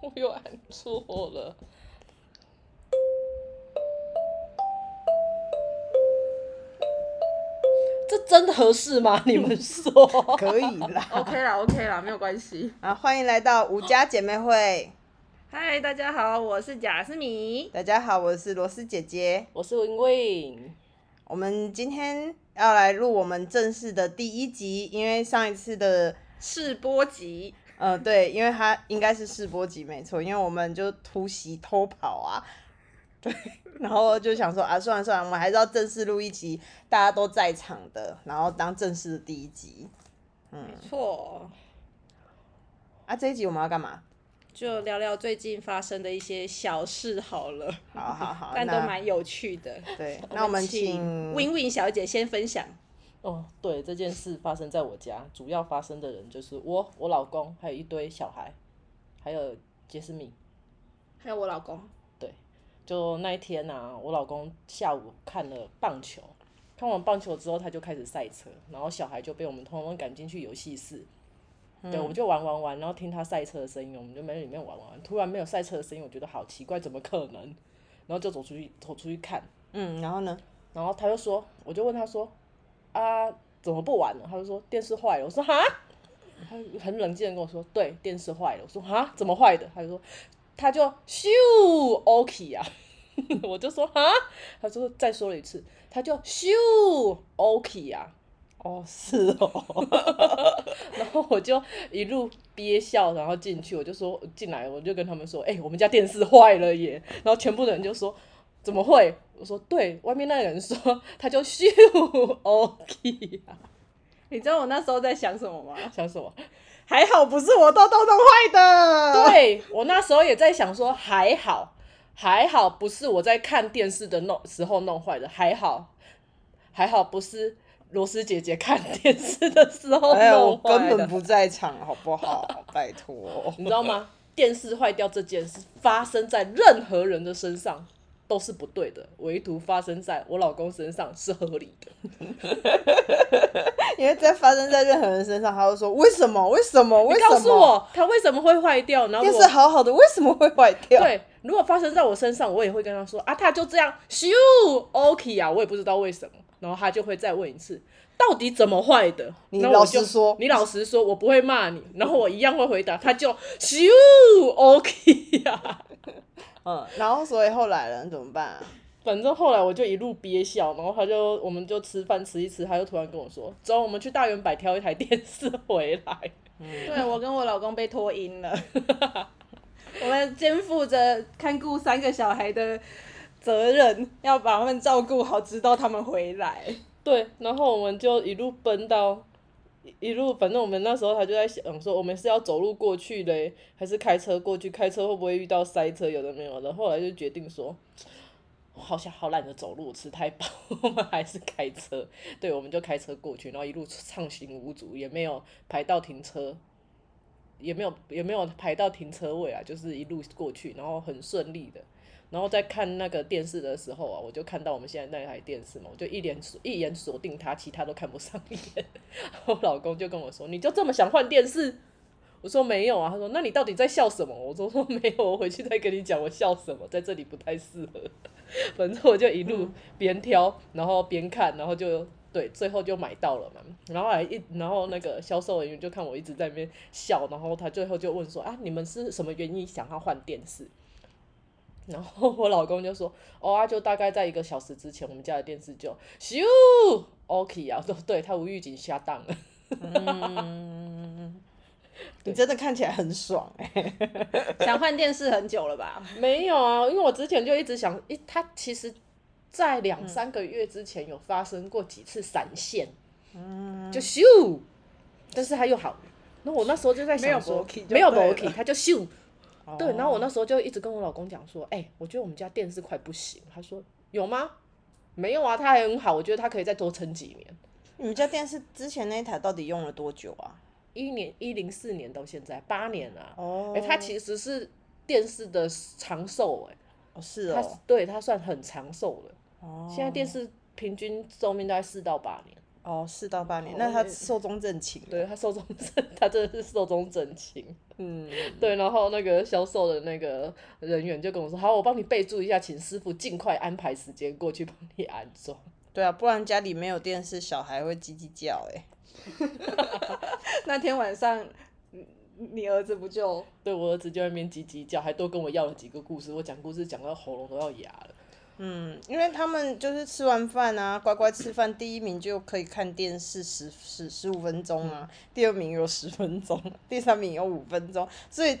我又按错了。这真合适吗？你们说？ 可以啦。 OK 啦，OK 啦，没有关系。啊，欢迎来到五家姐妹会，嗨，大家好，我是贾思米。大家好，我是罗斯姐姐。 我是 Win Win。我们今天要来录我们正式的第一集，因为上一次的，试播集，呃，对，因为它应该是试播集，没错，因为我们就突袭偷跑啊， 对，然后就想说啊，算了算了，我们还是要正式录一集，大家都在场的，然后当正式的第一集。没错，啊，这一集我们要干嘛？就聊聊最近发生的一些小事好了，好好好，但都那蛮有趣的。对，那我们请 Win Win 小姐先分享。哦，对，这件事发生在我家，主要发生的人就是我、我老公，还有一堆小孩，还有杰斯米。还有我老公，就那一天啊，我老公下午看了棒球，看完棒球之后他就开始赛车，然后小孩就被我们通通赶进去游戏室。对，我们就玩玩玩，然后听他赛车的声音，我们就没里面玩玩。突然没有赛车的声音，我觉得好奇怪，怎么可能？然后就走出去，走出去看，嗯，然后呢？然后他就说，我就问他说，啊，怎么不玩了？他就说电视坏了。我说哈，他很冷静的跟我说，对，电视坏了。我说哈，怎么坏的？他就说，他就咻 OK 啊， 我就说哈，他说再说了一次，他就咻 OK 啊。哦，是哦， 然后我就一路憋笑，然后进去，我就说进来，我就跟他们说，哎、我们家电视坏了耶，然后全部的人就说，怎么会？我说对，外面那个人说他就咻 OK 啊，你知道我那时候在想什么吗？想什么？还好不是我豆豆弄坏的。对我那时候也在想说，还好，还好不是我在看电视的弄时候弄坏的，还好，还好不是罗斯姐姐看电视的时候哎呀，我弄坏根的，本不在场，好不好？拜托。你知道吗？电视坏掉这件事发生在任何人的身上都是不对的，唯独发生在我老公身上是合理的。因为在发生在任何人身上，他会说为什么？为什么？为你什么？告诉我，它为什么会坏掉？然后电我视好好的，为什么会坏掉？，对，如果发生在我身上，我也会跟他说啊，他就这样咻 OK 啊，我也不知道为什么，然后他就会再问一次，到底怎么坏的？你然后我老实就说你老实说，我不会骂你，然后我一样会回答，他就咻 OK 啊。嗯，然后所以后来呢，怎么办啊？反正后来我就一路憋笑，然后他就我们就吃饭吃一吃，他就突然跟我说，走，我们去大圆百挑一台电视回来。对我跟我老公被脱音了， 我们肩负着看顾三个小孩的责任，要把他们照顾好，直到他们回来。对，然后我们就一路奔到一一路，反正我们那时候他就在想说，我们是要走路过去嘞，还是开车过去？开车会不会遇到塞车？有的没有的。后来就决定说，我好想好懒得走路，吃太饱，我们还是开车。对，我们就开车过去，然后一路畅行无阻，也没有排到停车。也没有也没有排到停车位啊，就是一路过去，然后很顺利的。然后在看那个电视的时候啊，我就看到我们现在那台电视嘛，我就一脸一眼锁定它，其他都看不上眼。 我老公就跟我说：“你就这么想换电视？”我说：“没有啊。”他说：“那你到底在笑什么？”我说：“说没有，我回去再跟你讲我笑什么，在这里不太适合。” 反正我就一路边挑，然后边看，然后就对，最后就买到了嘛。然后还一，然后那个销售人员就看我一直在那边笑，然后他最后就问说：“啊，你们是什么原因想要换电视？”然后我老公就说：“哦啊，就大概在一个小时之前，我们家的电视就咻 OK 啊，我说 对，他无预警下档了。 你真的看起来很爽哎、想换电视很久了吧？没有啊，因为我之前就一直想，一他其实，在嗯两三个月之前有发生过几次闪现，嗯就咻，但是他又好了。那我那时候就在没有想说 bokeh，就没有对了哦 OK，他就咻。对，然后我呢？那时候就一直跟我老公讲说，哎、我觉得我们家电视快不行。他说有吗？没有啊，它还很好，我觉得它可以再多撑几年。你们家电视之前那一台到底用了多久啊？一年一零四年到现在八年了、啊，哦哎、它其实是电视的长寿、哎、哦是它哦，对它算很长寿了。哦现在电视平均寿命大概四到八年，哦，四到八年，哦那他也寿终正寝。对他寿终正，他真的是寿终正寝。嗯，对，然后那个销售的那个人员就跟我说：“好，我帮你备注一下，请师傅尽快安排时间过去帮你安 装。对啊，不然家里没有电视，小孩会叽叽叫哎、 那天晚上，嗯你儿子不就对”我儿子就在那边叽叽叫，还多跟我要了几个故事。我讲故事讲到喉咙都要哑了。嗯，因为他们就是吃完饭啊，乖乖吃饭，第一名就可以看电视十十十五分钟啊，第二名有十分钟， 第三名有五分钟，所以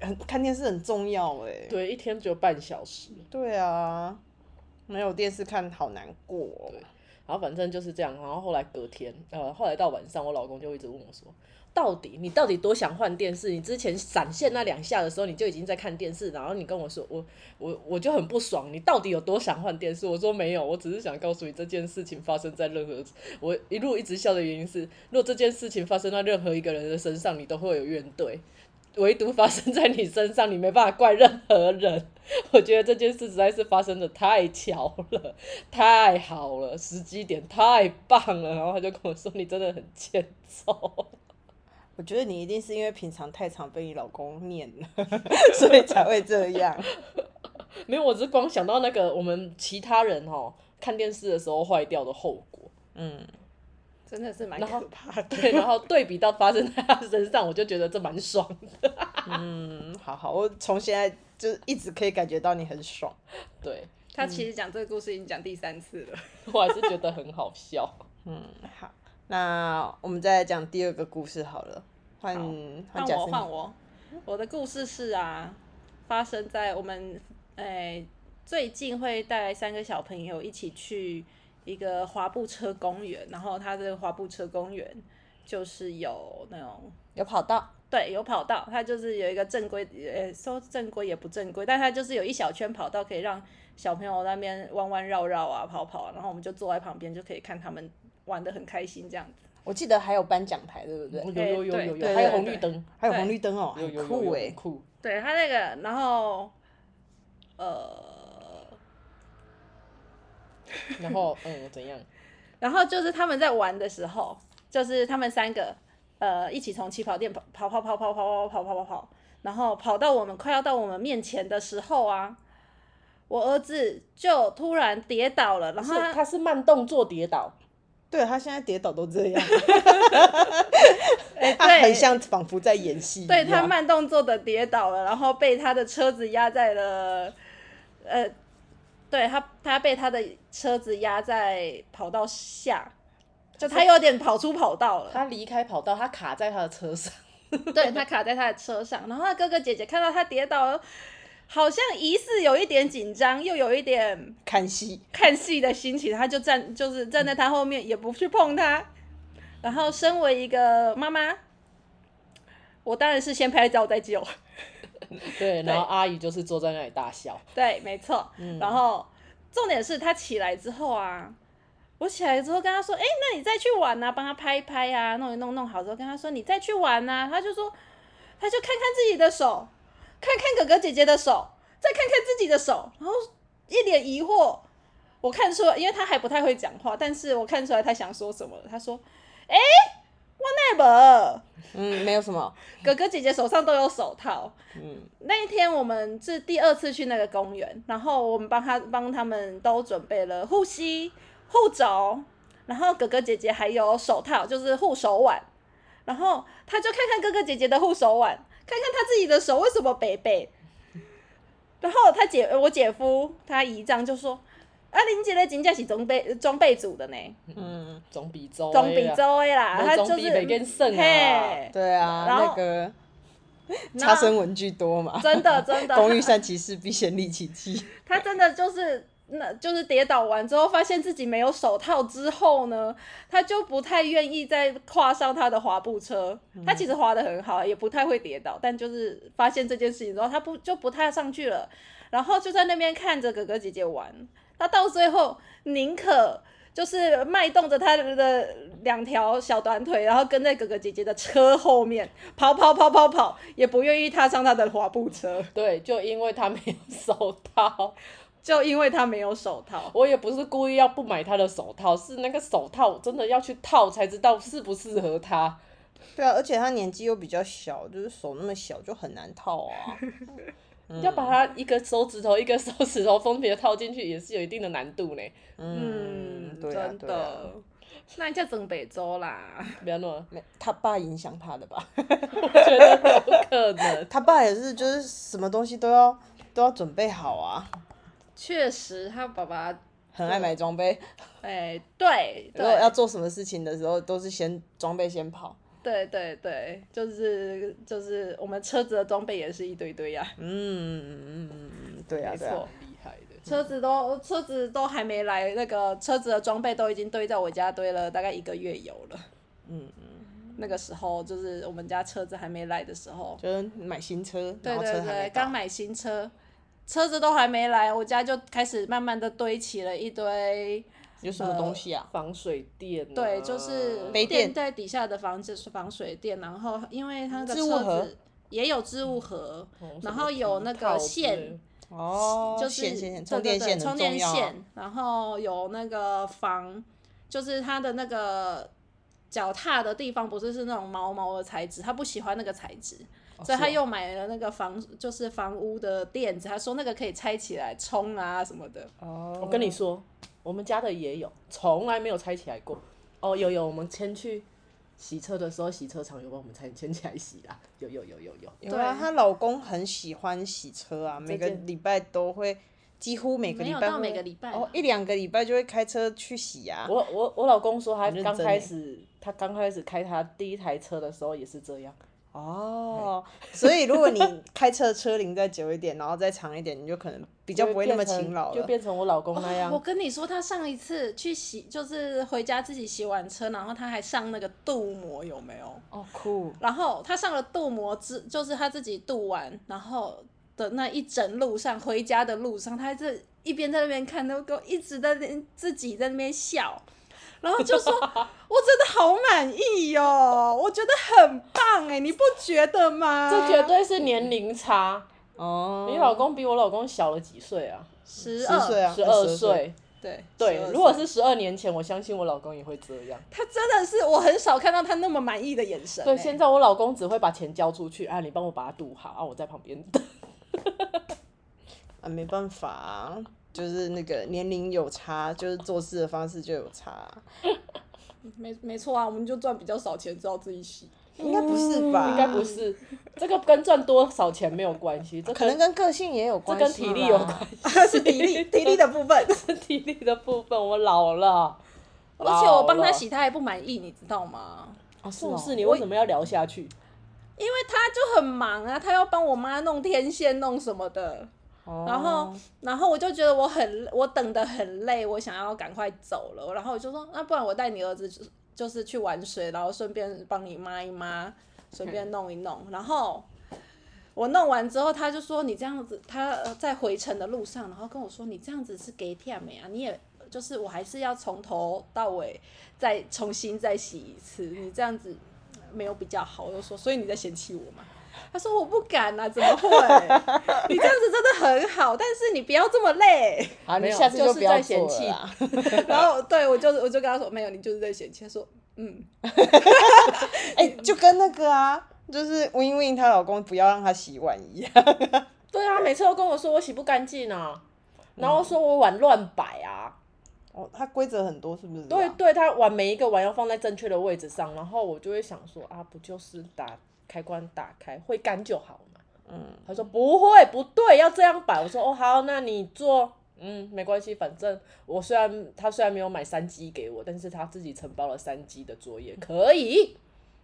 很看电视很重要哎、对，一天只有半小时。对啊，没有电视看好难过哦、对然后反正就是这样。然后后来隔天，呃，后来到晚上，我老公就一直问我说：“到底你到底多想换电视？你之前闪现那两下的时候，你就已经在看电视，然后你跟我说我我我就很不爽，你到底有多想换电视？”我说没有，我只是想告诉你这件事情发生在任何我一路一直笑的原因是，如果这件事情发生在任何一个人的身上，你都会有怨怼。唯独发生在你身上，你没办法怪任何人。 我觉得这件事实在是发生的太巧了。太好了，时机点太棒了。然后他就跟我说：“你真的很欠揍。 我觉得你一定是因为平常太常被你老公念了， 所以才会这样。”没有，我只是光想到那个我们其他人哦看电视的时候坏掉的后果， 嗯，真的是蛮然后可怕的？对，然后对比到发生在他身上，我就觉得这蛮爽的。嗯，好好，我从现在就一直可以感觉到你很爽。对，他其实讲这个故事已经讲第三次了。我还是觉得很好笑。嗯，好，那我们再来讲第二个故事好了，换好换换贾我，斯换我。我的故事是啊，发生在我们诶、呃最近会带三个小朋友一起去一个滑步车公园，然后它的滑步车公园就是有那种有跑道，对有跑道，它就是有一个正规，呃、说正规也不正规，但它就是有一小圈跑道可以让小朋友那边弯弯绕绕啊跑跑啊，然后我们就坐在旁边就可以看他们玩的很开心这样子。我记得还有颁奖台，对不对？有有有有有 对有，对还有对红对欸绿灯，嗯还有对红绿灯哦，有有有很酷有哎很。酷。对他那个，然后呃，然后嗯，怎 样？然后就是他们在玩的时候，就是他们三个呃一起从起跑点跑跑跑跑跑跑跑跑跑跑跑，然后跑到我们快要到我们面前的时候啊，我儿子就突然跌倒了，然是后他他是慢动作跌倒，对他现在跌倒都这样，哎他 对很像仿佛在演戏一对他样慢动作的跌倒了，然后被他的车子压在了，呃，对他他被他的车子压在跑道下，就他有点跑出跑道了，他离开跑道，他卡在他的车上。 对他卡在他的车上，然后他哥哥姐姐看到他跌倒了，好像疑似有一点紧张，又有一点看戏，看戏的心情，他就站就是站在他后面，也不去碰他。然后身为一个妈妈，我当然是先拍照再救。对，然后阿姨就是坐在那里大笑。对，没错。然后重点是他起来之后啊，我起来之后跟他说：“哎、那你再去玩啊，帮他拍一拍啊，弄一弄弄好之后，跟他说你再去玩啊。”他就说，他就看看自己的手，看看哥哥姐姐的手，再看看自己的手，然后一脸疑惑。我看出来，因为他还不太会讲话，但是我看出来他想说什么了。他说：“哎、我那不，嗯，没有什么，哥哥姐姐手上都有手套。”嗯，那一天我们是第二次去那个公园，然后我们帮他帮他们都准备了护膝、护肘，然后哥哥姐姐还有手套，就是护手腕。然后他就看看哥哥姐姐的护手腕，看看他自己的手为什么北北。然后他姐我姐夫他姨丈就说：“啊，林姐的真正是装备装备组的呢，嗯，总比周装围备啊周的啦，没他装就备是袂见算啊嘿，对啊，然后那个那差生文具多嘛，真的 真的，工欲善其事，必先利其器。他真的就是那就是跌倒完之后，发现自己没有手套之后呢，他就不太愿意再跨上他的滑步车。他其实滑得很好，也不太会跌倒，但就是发现这件事情之后，他不就不太上去了，然后就在那边看着哥哥姐姐玩。他到最后宁可。就是迈动着他的两条小短腿，然后跟在哥哥姐姐的车后面跑跑跑跑跑，也不愿意踏上他的滑步车。 对，就因为他没有手套，就因为他没有手套。我也不是故意要不买他的手套，是那个手套真的要去套才知道适不适合他。对啊，而且他年纪又比较小，就是手那么小就很难套 啊。嗯要把它一个手指头一个 手指头分别套进去，也是有一定的难度呢。嗯，对啊，真对啊，的。那你叫整北周啦， 不要弄了，没他爸影响他的吧？我觉得有可 能。他爸也是，就是什么东西都要都要准备好啊，确实他爸爸，很爱买装备。哎、对如果要对做什么事情的时候，都是先装备先跑。对对对，就是就是我们车子的装备也是一堆堆啊呀、嗯嗯嗯嗯嗯，对啊没对啊错，，厉害的。车子都车子都还没来，那个车子的装备都已经堆在我家堆了大概一个月有了。嗯那个时候就是我们家车子还没来的时候，就是买新车，对然后车对还没对，到刚买新车，车子都还没来，我家就开始慢慢的堆起了一堆，有什么东西啊？防水垫、啊。对，就是杯垫垫在底下的防子防水垫，然后因为它的置物车盒子也有置物盒，嗯然后有那个线，哦，就是线线线，充电对对线很对，充重电要啊。线，然后有那个防，就是它的那个脚踏的地方不是是那种毛毛的材质，他不喜欢那个材质，所以他是哦又买了那个房就是房屋的垫子，他说那个可以拆起来冲啊什么的。哦，我跟你说，我们家的也有，从来没有拆起来过。哦，有有，我们先去洗车的时候，洗车场有帮我们拆牵起来洗啦。有有有有有。有啊，对她老公很喜欢洗车啊，每个件礼拜都会，几乎每个没礼有拜到会每个礼拜哦啦，一两个礼拜就会开车去洗啊。我我我老公说他很认刚真开欸始，他刚开始开他第一台车的时候也是这样。哦，所以如果你开车的车龄再久一点，然后再长一点，你就可能比较不会那么勤劳就了。变成我老公哦那样。我跟你说，他上一次去洗，就是回家自己洗完车，然后他还上那个镀膜，有没有？哦，酷，然后他上了镀膜之，就是他自己镀完，然后的那一整路上回家的路上，他还是一边在那边看，都给我一直在那边自己在那边笑，然后就说：“我真的好满意哟、我觉得很棒哎，你不觉得吗？”这绝对是年龄差，哦，你老公比我老公小了几岁啊？十十二岁啊，十二12，岁。对12对，岁如果是十二年前，我相信我老公也会这样。他真的是我很少看到他那么满意的眼神欸。对，现在我老公只会把钱交出去，啊，你帮我把它堵好，啊，我在旁边 等。啊，没办法啊、就是那个年龄有差，就是做事的方式就有差、没没错啊，我们就赚比较少钱，只好自己洗。 应该不是吧？嗯应该不，是，这个跟赚多少钱没有关系，这可能跟跟个性也有这关系，跟体力有关。系， 是体 力体力的部分。是体力的部分。我老了，而且我帮老他了洗，他还不满意，你知道吗？哦，是不是？你？你为什么要聊下去？因为他就很忙啊，他要帮我妈弄天线、弄什么的。然后，然后我就觉得我很，我等的很累，我想要赶快走了。然后我就说，啊那不然我带你儿子就就是去玩水，然后顺便帮你抹一抹，顺便弄一弄。然后我弄完之后，他就说你这样子，他呃在回程的路上，然后跟我说你这样子是给跳没啊？你也就是我还是要从头到尾再重新再洗一次，你这样子没有比较好。我就说，所以你在嫌弃我嘛？他说我不敢啊，怎么会？你这样子真的很好，但是你不要这么累。好，没你有下次就是不要在嫌做了弃 啦然后对我就我就跟他说没有，你就是在嫌弃。他说嗯，哎、就跟那个啊，就是 Win Win 她老公不要让她洗碗一样。对啊，每次都跟我说我洗不干净啊，然后说我碗乱摆啊。哦，她规则很多是不是、啊？对对，他碗每一个碗要放在正确的位置上，然后我就会想说啊，不就是打开关打开会干就好嘛。嗯，他说不会，不对，要这样摆。我说哦好，那你做，嗯，没关系，反正我虽然他虽然没有买三机给我，但是他自己承包了三机的作业，可以。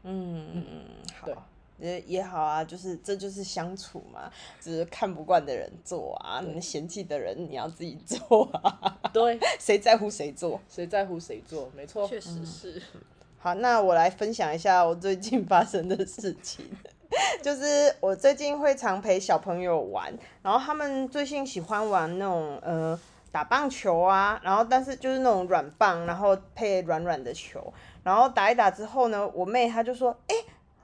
嗯嗯嗯，对好。也也好啊，就是这就是相处嘛，只是看不惯的人做啊，你嫌弃的人你要自己做啊，对，谁在乎谁做？谁在乎谁做，没错。确实是。好，那我来分享一下我最近发生的事情。 就是我最近会常陪小朋友玩，然后他们最近喜欢玩那种呃打棒球啊，然后但是就是那种软棒，然后配软软的球，然后打一打之后呢，我妹她就说：“哎、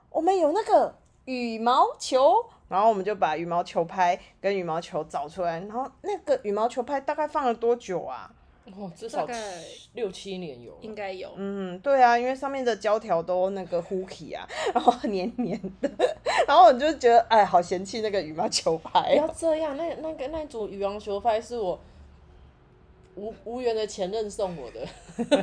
我们有那个羽毛球。”然后我们就把羽毛球拍跟羽毛球找出来，然后那个羽毛球拍大概放了多久啊？哦，至少大概七六七年有了，应该有。嗯，对啊，因为上面的胶条都那个糊起啊，然后黏黏的， 然后我就觉得哎，好嫌弃那个羽毛球拍不要哦。这样，那那个那一组羽毛球拍是我无无缘的前任送我的，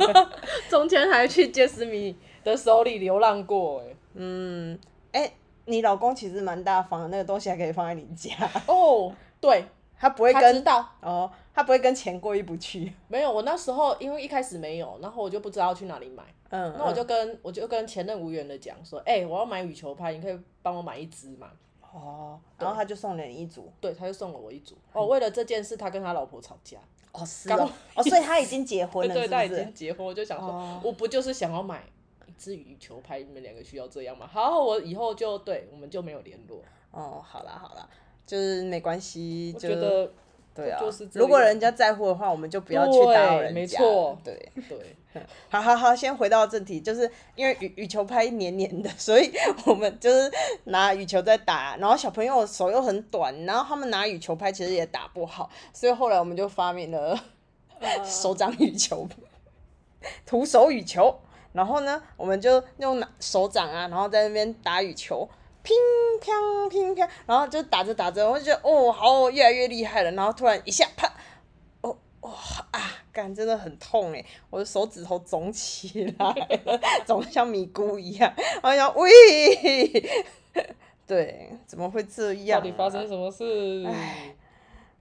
中间还去杰斯米的手里流浪过哎、嗯，哎、你老公其实蛮大方的，那个东西还可以放在你家，哦，对，他不会他知跟道。哦，他不会跟钱过意不去。没有，我那时候因为一开始没有，然后我就不知道去哪里买，嗯，那我嗯就跟我就跟前任无缘的讲说，哎、我要买羽球拍，你可以帮我买一支嘛？哦，然后他就送了你一组。对，他就送了我一组。哦，为了这件事，他跟他老婆吵架。哦，是刚哦，哦，所以他已经结婚对对，了，是不他已是经？结婚，我就想说，哦我不就是想要买一支羽球拍？你们两个需要这样吗？好，我以后就对，我们就没有联络。哦，好啦好啦，就是没关系，我就觉得对啊就是。这如果样人家在乎的话，我们就不要去打扰对人家。没错对。 对，好好好，先回到正题，就是因为羽羽球拍黏黏的， 所以我们就是拿羽球在打，然后小朋友手又很短，然后他们拿羽球拍其实也打不好，所以后来我们就发明了呃手掌羽球，徒手羽球。然后呢，我们就用拿手掌啊，然后在那边打羽球，乒乓乒乓，然后就打着打着，我就觉得哦，好，越来越厉害了。然后突然一下啪，哦哇、啊，感真的很痛哎，我的手指头肿起来了， 肿得像米糊一样。然后想，喂，对，怎么会这样、到啊？底发生什么事？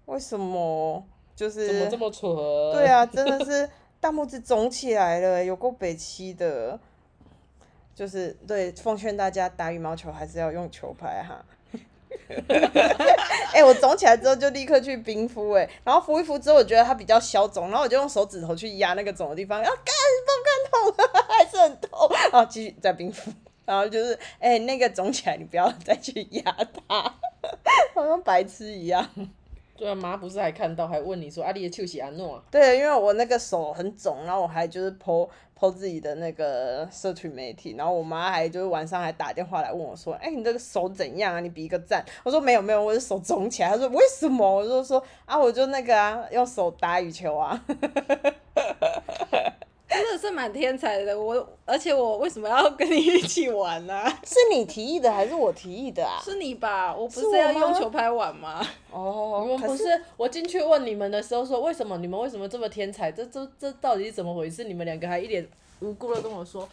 为什么？就是怎么这么蠢？对，啊，真的是大拇指肿起来了，欸有够北七的。就是对，奉劝大家打羽毛球还是要用球拍哈。 哎、我肿起来之后就立刻去冰敷哎、然后敷一敷之后，我觉得它比较消肿，然后我就用手指头去压那个肿的地方，啊，干不干痛， 还是很痛，然后继续再冰敷，然后就是哎、那个肿起来你不要再去压它， 好像白痴一样。对啊，妈不是还看到，还问你说阿丽的休息安诺啊？对，因为我那个手很肿，然后我还就是剖剖自己的那个社群媒体，然后我妈还就是晚上还打电话来问我说：“哎、你这个手怎样啊？你比一个赞。”我说：“没有没有，我的手肿起来。”她说：“为什么？”我就说：“啊，我就那个啊，用手打羽球啊。 真的是蛮天才的。我而且我为什么要跟你一起玩呢、” 是你提议的还是我提议的啊？是你吧？我不是是我要吗用球拍玩吗？哦，我们可不是我进去问你们的时候说，为什么你们为什么这么天才？这这这到底是怎么回事？你们两个还一脸无辜的跟我说，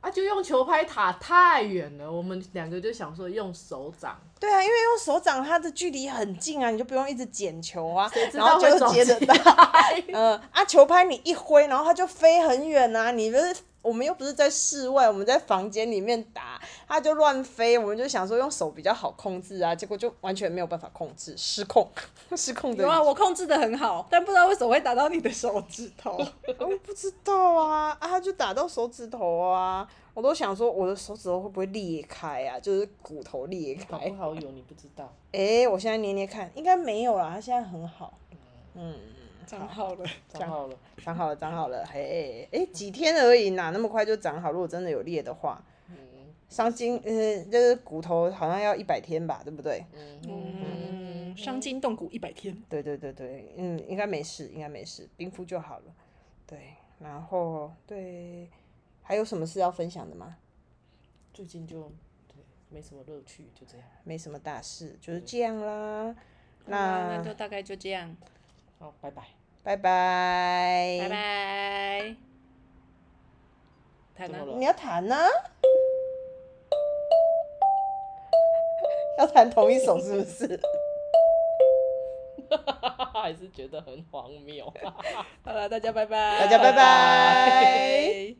啊，就用球拍打太远了。我们两个就想说用手 掌， 对啊，因为用手掌它的距离很近啊，你就不用一直捡球啊谁，知然道后会就走接着进打。来？ 嗯啊，球拍你一挥，然后它就飞很远啊！你不是我们又不是在室外，我们在房间里面打，它就乱飞。我们就想说用手比较好控制啊，结果就完全没有办法控制，失控， 失控的。有啊，我控制的很好，但不知道为什么会打到你的手指头。 我不知道啊，啊，它就打到手指头啊，我都想说我的手指头会不会裂开啊，就是骨头裂开。搞不好有你不知道，诶，我现在捏捏看，应该没有啦，它现在很好。嗯，长好了，长好了，长好了，长好了，嘿，诶，几天而已，哪那么快就长好？如果真的有裂的话。嗯伤筋，呃，就是骨头好像要一百天吧，对不对？嗯嗯，伤筋动骨一百天。对对对对，嗯，应该没事，应该没事，冰敷就好了。对，然后对，还有什么事要分享的吗？最近就对没什么乐趣，就这样。没什么大事，就是这样啦。那那就大概就这样，好，拜拜。拜拜，拜。拜。谈啊怎么了你要弹呢、 要弹同一首是不是？ 还是觉得很荒谬。好了，大家拜拜，大家拜拜拜。拜